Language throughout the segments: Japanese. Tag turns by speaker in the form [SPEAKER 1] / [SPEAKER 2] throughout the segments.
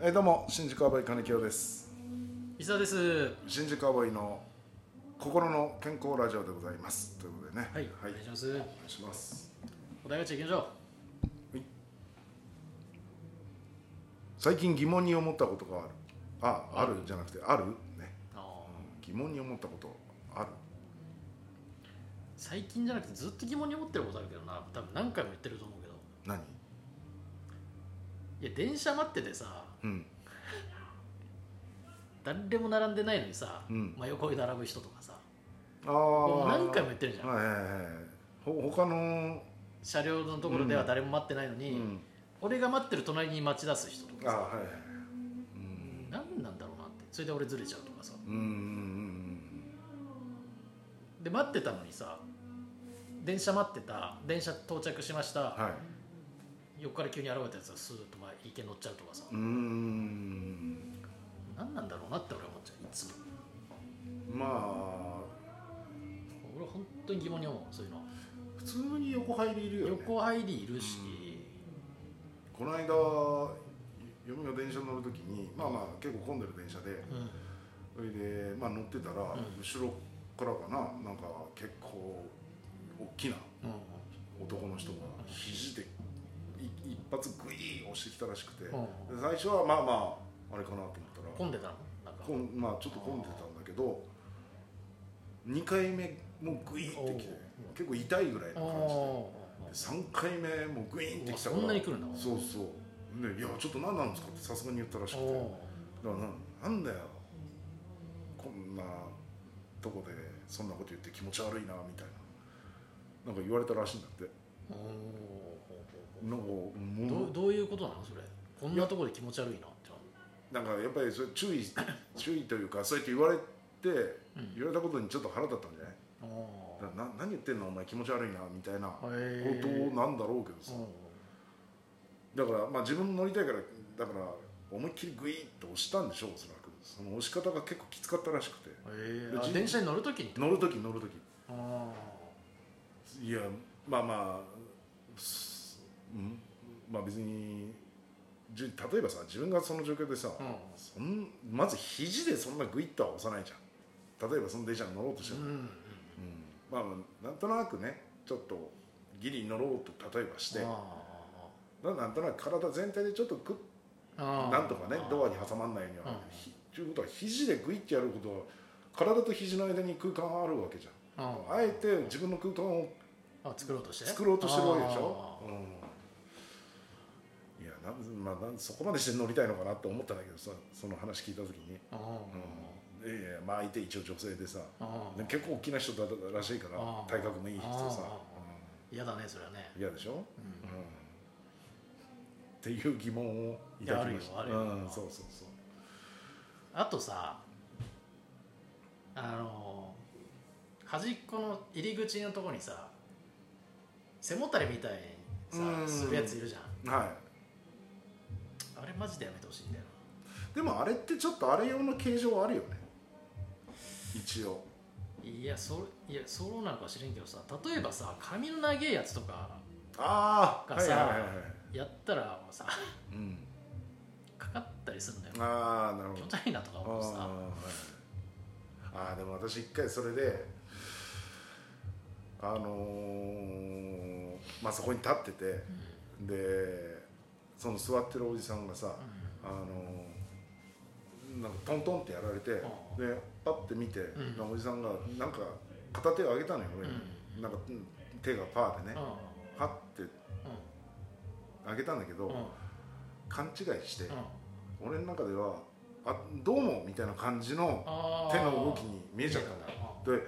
[SPEAKER 1] えーどうも新宿アボイ金城です
[SPEAKER 2] 石田です。
[SPEAKER 1] 新宿アボイの心の健康ラジオでございますということでね
[SPEAKER 2] はい、
[SPEAKER 1] はい、
[SPEAKER 2] お
[SPEAKER 1] お願
[SPEAKER 2] 願いします。
[SPEAKER 1] いします
[SPEAKER 2] お題ガチャ行きましょ
[SPEAKER 1] 最近疑問に思ったことがあるああ
[SPEAKER 2] ある
[SPEAKER 1] るじゃなくてあるね
[SPEAKER 2] う。あー
[SPEAKER 1] 疑問に思ったことある
[SPEAKER 2] 最近じゃなくてずっと疑問に思ってることあるけどな、多分何回も言ってると思うけど。
[SPEAKER 1] 何
[SPEAKER 2] いや、電車待っててさ、
[SPEAKER 1] うん
[SPEAKER 2] 誰も並んでないのにさ、
[SPEAKER 1] うん
[SPEAKER 2] 真横に並ぶ人とかさ、
[SPEAKER 1] あ
[SPEAKER 2] も
[SPEAKER 1] あ
[SPEAKER 2] う何回も言ってるじゃん。
[SPEAKER 1] はいはいはいほ他の
[SPEAKER 2] 車両のところでは誰も待ってないの
[SPEAKER 1] う
[SPEAKER 2] に、
[SPEAKER 1] ん
[SPEAKER 2] 俺が待ってる隣に待ち出す人と
[SPEAKER 1] あ
[SPEAKER 2] か
[SPEAKER 1] ー
[SPEAKER 2] さ、
[SPEAKER 1] はいはいうん
[SPEAKER 2] 何なんだろうなって。それで俺ずれちゃうとかさ。
[SPEAKER 1] うんうんうん
[SPEAKER 2] で、待ってたのにさ、電車待ってた、電車到着しました、
[SPEAKER 1] うんはい
[SPEAKER 2] 横から急に現れたやつがスーッと前池乗っちゃうとかさ、
[SPEAKER 1] うーん
[SPEAKER 2] 何なんだろうなって俺は思っちゃういつも
[SPEAKER 1] ま
[SPEAKER 2] 俺は本当に疑問に思うそういうの
[SPEAKER 1] あ普通に横入りいるよね
[SPEAKER 2] 横入りいるし
[SPEAKER 1] この間嫁が電車乗る時にまあまあ結構混んでる電車で
[SPEAKER 2] うん、
[SPEAKER 1] それで、まあ、乗ってたら、
[SPEAKER 2] ん
[SPEAKER 1] 後ろからかななんか結構大きな
[SPEAKER 2] うん
[SPEAKER 1] 男の人が肘でい一発グイー押してきたらしくて、
[SPEAKER 2] うん
[SPEAKER 1] で最初はまあまああれかなと思ったら
[SPEAKER 2] 混んでたのなんか
[SPEAKER 1] こん、まあ、ちょっと混んでたんだけど2回目もうグイーってきて
[SPEAKER 2] おう
[SPEAKER 1] 結構痛いぐらい
[SPEAKER 2] あ
[SPEAKER 1] の感じで。
[SPEAKER 2] ー
[SPEAKER 1] 3回目もうグイーンってきたから
[SPEAKER 2] そんなに来るんだ
[SPEAKER 1] そうそうでいやちょっと何なんですかってさすがに言ったらしくてだか
[SPEAKER 2] お
[SPEAKER 1] らななんだよこんなとこでそんなこと言って気持ち悪いなみたいななんか言われたらしいんだって
[SPEAKER 2] ーお
[SPEAKER 1] なんか
[SPEAKER 2] ーど
[SPEAKER 1] も
[SPEAKER 2] うどういうことなのそれこんなところで気持ち悪いなって
[SPEAKER 1] うなんかやっぱりそれ注 意注意というかそうやって言われて
[SPEAKER 2] うん
[SPEAKER 1] 言われたことにちょっと腹立ったんじゃない
[SPEAKER 2] な
[SPEAKER 1] だからな何言ってんのお前気持ち悪いなみたいなこ
[SPEAKER 2] あー
[SPEAKER 1] と
[SPEAKER 2] へー
[SPEAKER 1] なんだろうけどさだから、まあ、自分も乗りたいからだから思いっきりグイッと押したんでしょうおそらくその押し方が結構きつかったらしくて
[SPEAKER 2] うんへー
[SPEAKER 1] で
[SPEAKER 2] あ
[SPEAKER 1] じ
[SPEAKER 2] 電車に乗るときに
[SPEAKER 1] 乗る時乗る時
[SPEAKER 2] あー
[SPEAKER 1] いやまあまあすうんまあ別にじ例えばさ自分がその状況でさ、
[SPEAKER 2] うん
[SPEAKER 1] そんまず肘でそんなグイッとは押さないじゃん例えばその電車に乗ろうとして
[SPEAKER 2] う
[SPEAKER 1] も、
[SPEAKER 2] んうん
[SPEAKER 1] まあまあなんとなくねちょっとギリ乗ろうと例えばして
[SPEAKER 2] あー
[SPEAKER 1] だからなんとなく体全体でちょっとグッ
[SPEAKER 2] あー
[SPEAKER 1] なんとかね
[SPEAKER 2] あー
[SPEAKER 1] ドアに挟まらないようには、
[SPEAKER 2] うん
[SPEAKER 1] ひということは肘でグイッてやることは体と肘の間に空間があるわけじゃん、
[SPEAKER 2] うん
[SPEAKER 1] あえて自分の空間を
[SPEAKER 2] あ作ろうとして
[SPEAKER 1] 作ろうとしてるわけでし
[SPEAKER 2] あ
[SPEAKER 1] ょ
[SPEAKER 2] ー、
[SPEAKER 1] うん、いやなん、まあ、なんそこまでして乗りたいのかなって思ったんだけどさその話聞いた時に、
[SPEAKER 2] あ
[SPEAKER 1] うんいやいやまあ相手一応女性でさ
[SPEAKER 2] あ
[SPEAKER 1] で結構大きな人だったらしいから
[SPEAKER 2] あー
[SPEAKER 1] 体格もいい人さ
[SPEAKER 2] あ嫌だねそれはね
[SPEAKER 1] うん嫌、でしょ、
[SPEAKER 2] うん
[SPEAKER 1] うんっていう疑問をいただきました
[SPEAKER 2] いやあるよあるよ
[SPEAKER 1] うん、そうそうそう
[SPEAKER 2] あとさあの端っこの入り口のとこにさ背もたれみたいに
[SPEAKER 1] うん
[SPEAKER 2] さするやついるじゃん
[SPEAKER 1] は
[SPEAKER 2] あれマジでやめてほしいんだよ
[SPEAKER 1] い、でもあれってちょっとあれ用の形状あるよね一応
[SPEAKER 2] ないやそいやそうなのか知れんけどさ例えばさ髪の長いやつとか
[SPEAKER 1] ああ
[SPEAKER 2] が
[SPEAKER 1] はい
[SPEAKER 2] さ
[SPEAKER 1] はいはいはい、
[SPEAKER 2] やったらさ
[SPEAKER 1] うん、
[SPEAKER 2] かかったりするんだよ
[SPEAKER 1] ああなるほ
[SPEAKER 2] 気
[SPEAKER 1] ど
[SPEAKER 2] 持ち悪いなとか
[SPEAKER 1] あ
[SPEAKER 2] 思
[SPEAKER 1] ー
[SPEAKER 2] うとさ
[SPEAKER 1] はいあーでも私一回それであのーまあそこに立っててでその座ってるおじさんがさ、あのなんかトントンってやられて、
[SPEAKER 2] う
[SPEAKER 1] でパッて見て、
[SPEAKER 2] ん
[SPEAKER 1] なんかおじさんがなんか片手を上げたのよ俺に、なんかうん手がパーでね、
[SPEAKER 2] うんうん
[SPEAKER 1] パッて上げたんだけど、
[SPEAKER 2] うんうん
[SPEAKER 1] 勘違いして、
[SPEAKER 2] うん
[SPEAKER 1] 俺の中では「あどうも」みたいな感じの
[SPEAKER 2] あー
[SPEAKER 1] 手の動きに見えちゃったんだよ
[SPEAKER 2] あ
[SPEAKER 1] であれ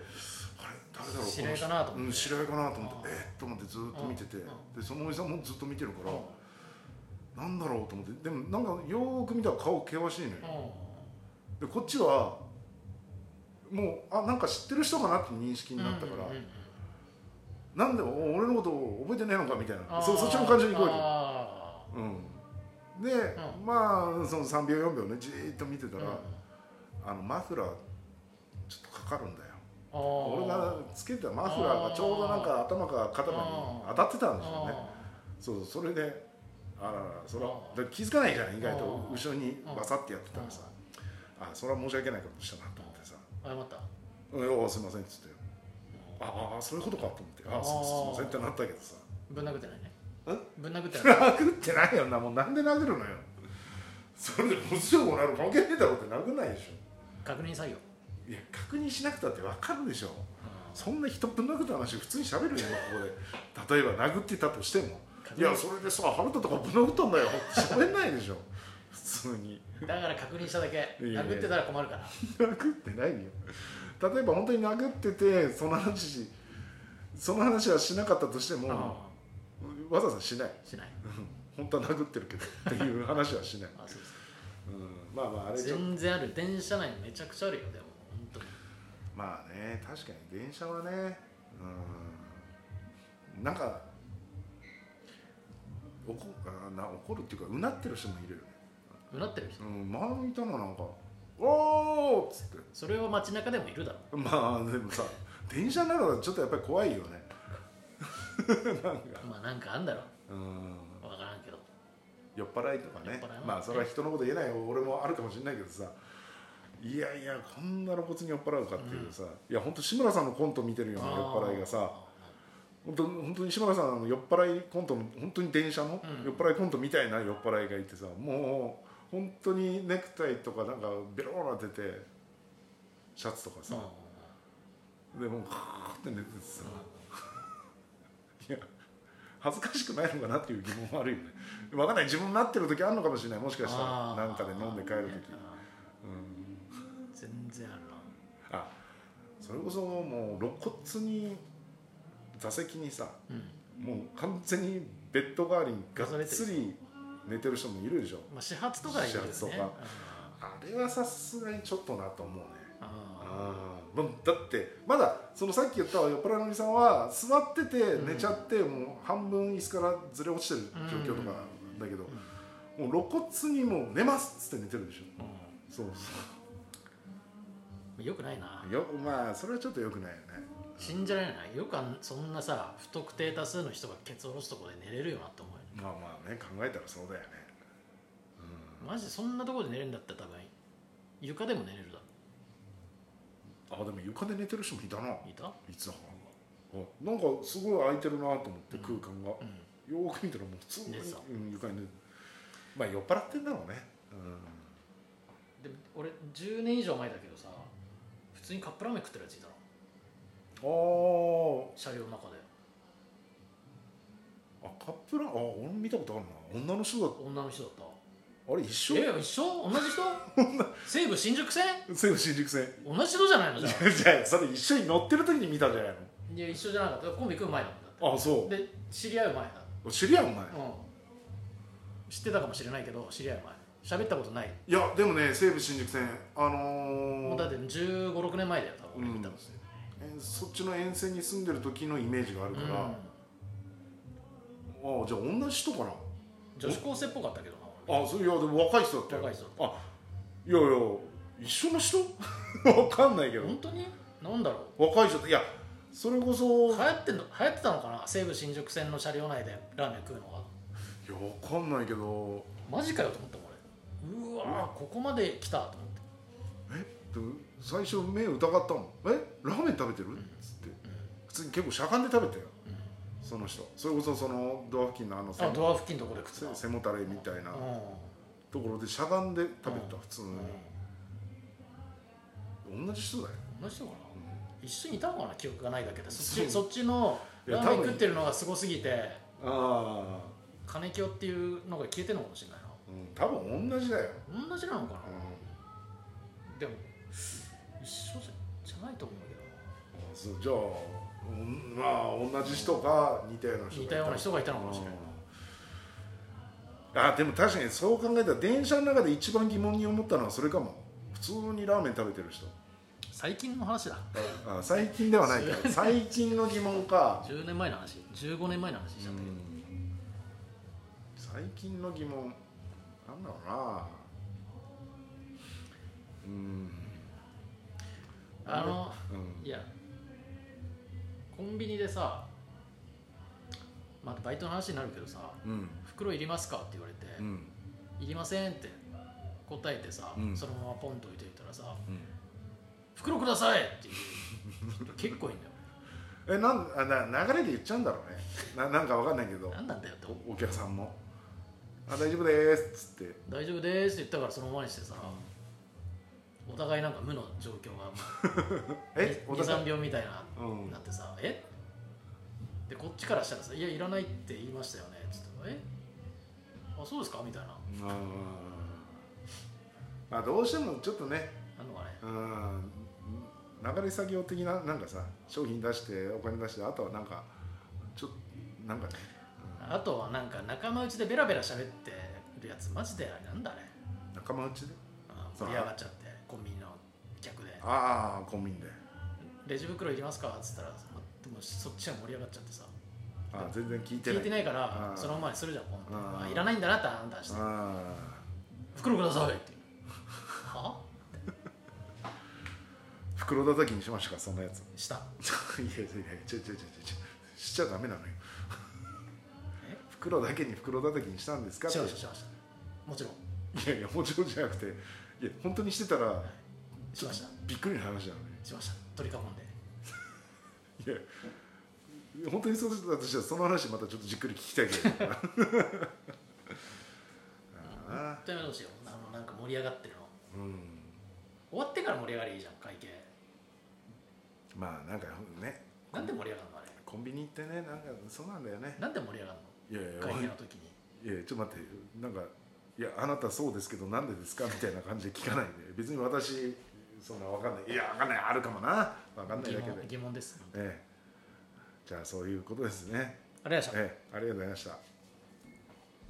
[SPEAKER 1] 誰だろう
[SPEAKER 2] 知り合いか
[SPEAKER 1] この人
[SPEAKER 2] なと思って
[SPEAKER 1] うん、知り合いかなと思って
[SPEAKER 2] あー
[SPEAKER 1] えーっと思ってずーっと見てて、
[SPEAKER 2] うん
[SPEAKER 1] でそのおじさんもずっと見てるから、
[SPEAKER 2] うん
[SPEAKER 1] なんだろうと思ってでもなんかよーく見たら顔険しいのよ、
[SPEAKER 2] う
[SPEAKER 1] でこっちはもうあなんか知ってる人かなって認識
[SPEAKER 2] ん
[SPEAKER 1] になったから、
[SPEAKER 2] うんうんうん
[SPEAKER 1] なんでお俺のこと覚えてねえのかみたい
[SPEAKER 2] あ
[SPEAKER 1] な
[SPEAKER 2] ー
[SPEAKER 1] そそっちの感じに聞こ
[SPEAKER 2] あ
[SPEAKER 1] えてうんで、
[SPEAKER 2] う
[SPEAKER 1] まあその3秒4秒ねじーっと見てた
[SPEAKER 2] ー
[SPEAKER 1] ら、
[SPEAKER 2] うん
[SPEAKER 1] あのマフラーちょっとかかるんだよ
[SPEAKER 2] あー
[SPEAKER 1] 俺がつけてたマフラーがちょうどなんか頭か肩かに当たってたんでしょうねそうそれであららそれは
[SPEAKER 2] あ
[SPEAKER 1] だ
[SPEAKER 2] ー
[SPEAKER 1] から気づかないじゃない意外と
[SPEAKER 2] あー
[SPEAKER 1] 後ろにバサッてやってたらさあそれは申し訳ないことしたなと思ってさ
[SPEAKER 2] 謝った
[SPEAKER 1] 「うん、おうすいません」っつって「ああそういうことか」と思って「ああす
[SPEAKER 2] あー
[SPEAKER 1] すいません」ってなったけどさ
[SPEAKER 2] ぶん殴ってないね
[SPEAKER 1] え
[SPEAKER 2] ぶん殴ってない
[SPEAKER 1] 殴ってないよんなもうなんで殴るのよそれで無償なの関係ねえだろうって殴んないでし
[SPEAKER 2] 確認作業
[SPEAKER 1] ょいや確認しなくたって分かるでしょそんな人ぶん殴った話普通に喋るよ今ここで例えば殴ってたとしてもいやそれでさ春田とかぶん殴ったんだよ喋んないでしょ普通に
[SPEAKER 2] だから確認しただけ
[SPEAKER 1] いや
[SPEAKER 2] 殴ってたら困るから
[SPEAKER 1] 殴ってないよ例えば本当に殴っててその話その話はしなかったとしてもわ
[SPEAKER 2] あ
[SPEAKER 1] ざわざしない
[SPEAKER 2] あしない
[SPEAKER 1] 本当は殴ってるけどっていう話はしない、
[SPEAKER 2] あそうです
[SPEAKER 1] うん、まあまああれちょっと
[SPEAKER 2] 全然ある電車内めちゃくちゃあるよでも本当に
[SPEAKER 1] まあね確かに電車はねうんなんか怒あな怒るっていうかうなってる人もいるよね、
[SPEAKER 2] うなってる人
[SPEAKER 1] うん、前もいたのなんか「おーっつって
[SPEAKER 2] それは街中でもいるだろ
[SPEAKER 1] まあでもさ電車の中だとちょっとやっぱり怖いよねなんか
[SPEAKER 2] まあなんかあんだろ
[SPEAKER 1] うん
[SPEAKER 2] 分からんけど
[SPEAKER 1] 酔っ払いとかね
[SPEAKER 2] 酔っ払いはね
[SPEAKER 1] まあそれは人のこと言えない俺もあるかもしれないけどさいやいやこんな露骨に酔っ払うかっていうさ、いや本当志村さんのコント見てるような酔っ払いがさ本当本当に志村さんの酔っ払いコントの本当に電車の
[SPEAKER 2] うん
[SPEAKER 1] 酔っ払いコントみたいな酔っ払いがいてさ、もう本当にネクタイとかなんかベローな出てシャツとか
[SPEAKER 2] う
[SPEAKER 1] さ
[SPEAKER 2] ん、
[SPEAKER 1] でもうカーって寝ててさ、 いや恥ずかしくないのかなっていう疑問もあるよね分かんない自分になってる時あるのかもしれないもしかした
[SPEAKER 2] あ
[SPEAKER 1] ら
[SPEAKER 2] ー
[SPEAKER 1] なんかで飲んで帰る時
[SPEAKER 2] あ
[SPEAKER 1] うん
[SPEAKER 2] ー全然あるな
[SPEAKER 1] あそれこそもう肋骨に座席にさ
[SPEAKER 2] うん
[SPEAKER 1] もう完全にベッド代わりにがっつり寝てる人もいるでしょ
[SPEAKER 2] まあ始発とかはいるよね
[SPEAKER 1] 始発とか
[SPEAKER 2] うん
[SPEAKER 1] あれはさすがにちょっとなと思うね
[SPEAKER 2] あ
[SPEAKER 1] あーまだってまだそのさっき言った酔っ払いのおじさんは座ってて寝ちゃって、もう半分椅子からずれ落ちてる状況とかだけど、もう露骨にもう寝ますっつって寝てるでしょ
[SPEAKER 2] ー
[SPEAKER 1] そう
[SPEAKER 2] うんよくないな
[SPEAKER 1] よまあそれはちょっとよくないよね
[SPEAKER 2] 信じられないよくあんそんなさ不特定多数の人がケツを下ろすとこで寝れるよなって思うよ
[SPEAKER 1] まあまあね考えたらそうだよね
[SPEAKER 2] マジでそんなとこで寝れるんだったら多分床でも寝れるだろ
[SPEAKER 1] あでも床で寝てる人もいたない
[SPEAKER 2] た
[SPEAKER 1] いつだかなあなんかすごい空いてるなと思って空間が、
[SPEAKER 2] うん
[SPEAKER 1] よーく見たらもう普通に、
[SPEAKER 2] 寝てた
[SPEAKER 1] うん、床に寝てまあ酔っ払ってんだろうねうん
[SPEAKER 2] でも俺10年以上前だけどさ普通にカップラーメン食ってるやついた
[SPEAKER 1] あ
[SPEAKER 2] の
[SPEAKER 1] あ
[SPEAKER 2] 車両の中で
[SPEAKER 1] あカップラーあ俺も見たことあるな女の人だ
[SPEAKER 2] 女の人だった
[SPEAKER 1] あれ一緒
[SPEAKER 2] え一緒同じ人西武新宿線
[SPEAKER 1] 西武新宿線
[SPEAKER 2] 同じ人じゃないの
[SPEAKER 1] い
[SPEAKER 2] じゃ
[SPEAKER 1] や じゃあそれ一緒に乗ってる時に見たんじゃない
[SPEAKER 2] あいや一緒じゃなかったコンビ組む前だもんだ
[SPEAKER 1] のあ
[SPEAKER 2] っ
[SPEAKER 1] そ
[SPEAKER 2] てで知り合う前だ
[SPEAKER 1] う知り合いお前
[SPEAKER 2] うん知ってたかもしれないけど知り合う前喋ったことない
[SPEAKER 1] いやでもね西武新宿線あの
[SPEAKER 2] もうだっ
[SPEAKER 1] ー
[SPEAKER 2] て1 5六6年前だよ多分俺見たの
[SPEAKER 1] うんえそっちの沿線に住んでる時のイメージがあるから、ああじゃあ同じ人かな
[SPEAKER 2] うん女子高生っぽかったけどな
[SPEAKER 1] あそういやでも若い人だったよ
[SPEAKER 2] 若い人だっ
[SPEAKER 1] あいやいや一緒の人 わかんないけ
[SPEAKER 2] 俺
[SPEAKER 1] ど
[SPEAKER 2] 本当になんだろう
[SPEAKER 1] 若い人いやそれこそ
[SPEAKER 2] 流行ってんの流行ってたのかな西武新宿線の車両内でラーメン食うのが
[SPEAKER 1] いやわかんないけど
[SPEAKER 2] マジかよと思ったもん俺うわーここまで来たと思って
[SPEAKER 1] えでも最初目疑ったもん「えラーメン食べてる?」っつって普通に結構しゃがんで食べたよ、その人それこそそのドア付近のあの
[SPEAKER 2] あ
[SPEAKER 1] せ
[SPEAKER 2] ドア付近のとこで食っ
[SPEAKER 1] せ
[SPEAKER 2] てた
[SPEAKER 1] 背もたれみたいな
[SPEAKER 2] う
[SPEAKER 1] ところでしゃがんで食べてた
[SPEAKER 2] うん
[SPEAKER 1] 普通
[SPEAKER 2] んうん
[SPEAKER 1] に同じ人だよ
[SPEAKER 2] 同じ人かな一緒にいたのかな記憶がないだけでそ
[SPEAKER 1] そ
[SPEAKER 2] っ
[SPEAKER 1] う
[SPEAKER 2] ちそっちの
[SPEAKER 1] いや
[SPEAKER 2] ラーメン
[SPEAKER 1] 多分
[SPEAKER 2] 食ってるのがすごすぎて
[SPEAKER 1] ああ
[SPEAKER 2] 金清っていうのが消えてるのかもしれない
[SPEAKER 1] うん多分同じだよ、
[SPEAKER 2] な同じなのかな
[SPEAKER 1] うん、あ
[SPEAKER 2] でも一緒じゃじゃないと思うんだけど
[SPEAKER 1] そうじゃあ、うんまあ同じ人か似たような人がいた
[SPEAKER 2] 似たような人がいたのかもしれない
[SPEAKER 1] あでも確かにそう考えたら電車の中で一番疑問に思ったのはそれかも普通にラーメン食べてる人
[SPEAKER 2] 最近の話だ
[SPEAKER 1] あ最近ではないか最近の疑問か
[SPEAKER 2] 10年前の話15年前の話しちゃったけど
[SPEAKER 1] 最近の疑問なんだろうなうん
[SPEAKER 2] あの
[SPEAKER 1] うん
[SPEAKER 2] いやコンビニでさまたバイトの話になるけどさ
[SPEAKER 1] うん
[SPEAKER 2] 服袋いりますか?」って言われて
[SPEAKER 1] う
[SPEAKER 2] 「
[SPEAKER 1] ん
[SPEAKER 2] いりません」って答えてさ、
[SPEAKER 1] うん
[SPEAKER 2] そのままポンと置いておいたらさ
[SPEAKER 1] うん
[SPEAKER 2] 「袋ください!」っていう人結構いいんだよ
[SPEAKER 1] えなんあな流れで言っちゃうんだろうねななんかわかんないけど
[SPEAKER 2] 何なんだよって
[SPEAKER 1] お客さんも「あ大丈夫です」っつって
[SPEAKER 2] 「大丈夫です」って言ったからそのままにしてさお互いなんか無の状況が
[SPEAKER 1] 「えお互
[SPEAKER 2] 23
[SPEAKER 1] い
[SPEAKER 2] 秒みたいな
[SPEAKER 1] うん
[SPEAKER 2] なってさ「えでこっちからしたらさ「いやいらないって言いましたよね」っつって「えあそうですか?」みたいな
[SPEAKER 1] うんまあどうしてもちょっとね
[SPEAKER 2] あんのかね
[SPEAKER 1] うん流れ作業的ななんかさ商品出してお金出してあとはなんかちょっとなんかね
[SPEAKER 2] あとはなんか仲間内でベラベラ喋ってるやつマジであれなんだね
[SPEAKER 1] 仲間内で
[SPEAKER 2] あ
[SPEAKER 1] そう
[SPEAKER 2] 盛り上がっちゃってコンビニの客で
[SPEAKER 1] ああコンビニで
[SPEAKER 2] 「レジ袋いりますか?」っつったらでもそっちは盛り上がっちゃってさ
[SPEAKER 1] あー全然聞いてない
[SPEAKER 2] 聞いてないか
[SPEAKER 1] う
[SPEAKER 2] ら
[SPEAKER 1] ん
[SPEAKER 2] そのままにするじゃんポンって
[SPEAKER 1] うん
[SPEAKER 2] あいらないんだなって判断して
[SPEAKER 1] あ
[SPEAKER 2] 「袋ください」って言うは
[SPEAKER 1] ー袋叩きにしましたかそんなやつ
[SPEAKER 2] した
[SPEAKER 1] いやいやいやちょちょちょちょちょしちゃダメなのよ
[SPEAKER 2] え
[SPEAKER 1] 袋だけに袋叩きにしたんですかって
[SPEAKER 2] しましたしましたもちろん
[SPEAKER 1] いやいやもちろんじゃなくていや本当にしてたら
[SPEAKER 2] しました
[SPEAKER 1] びっくりな話なの
[SPEAKER 2] しました取り囲んで
[SPEAKER 1] ねいや本当にそうだとしたらその話またちょっとじっくり聞きたいけどああ
[SPEAKER 2] とやめてほしいよあのなんか盛り上がってるの
[SPEAKER 1] うん
[SPEAKER 2] 終わってから盛り上がりいいじゃん会計
[SPEAKER 1] まあなんかね
[SPEAKER 2] なんで盛り上がるのあれ
[SPEAKER 1] コンビニってねなんかそうなんだよね
[SPEAKER 2] なんで盛り上がる
[SPEAKER 1] いやい
[SPEAKER 2] の
[SPEAKER 1] や
[SPEAKER 2] 会計の時に
[SPEAKER 1] いやちょっと待ってなんか「いやあなたそうですけどなんでですか?」みたいな感じで聞かないで別に私そんなわかんないいやわかんないあるかもなわかんない
[SPEAKER 2] 疑
[SPEAKER 1] だけ
[SPEAKER 2] 問
[SPEAKER 1] で、
[SPEAKER 2] 疑問です
[SPEAKER 1] ええ、じゃあそういうことですね
[SPEAKER 2] ありがとうございました
[SPEAKER 1] ええ、ありがとうございました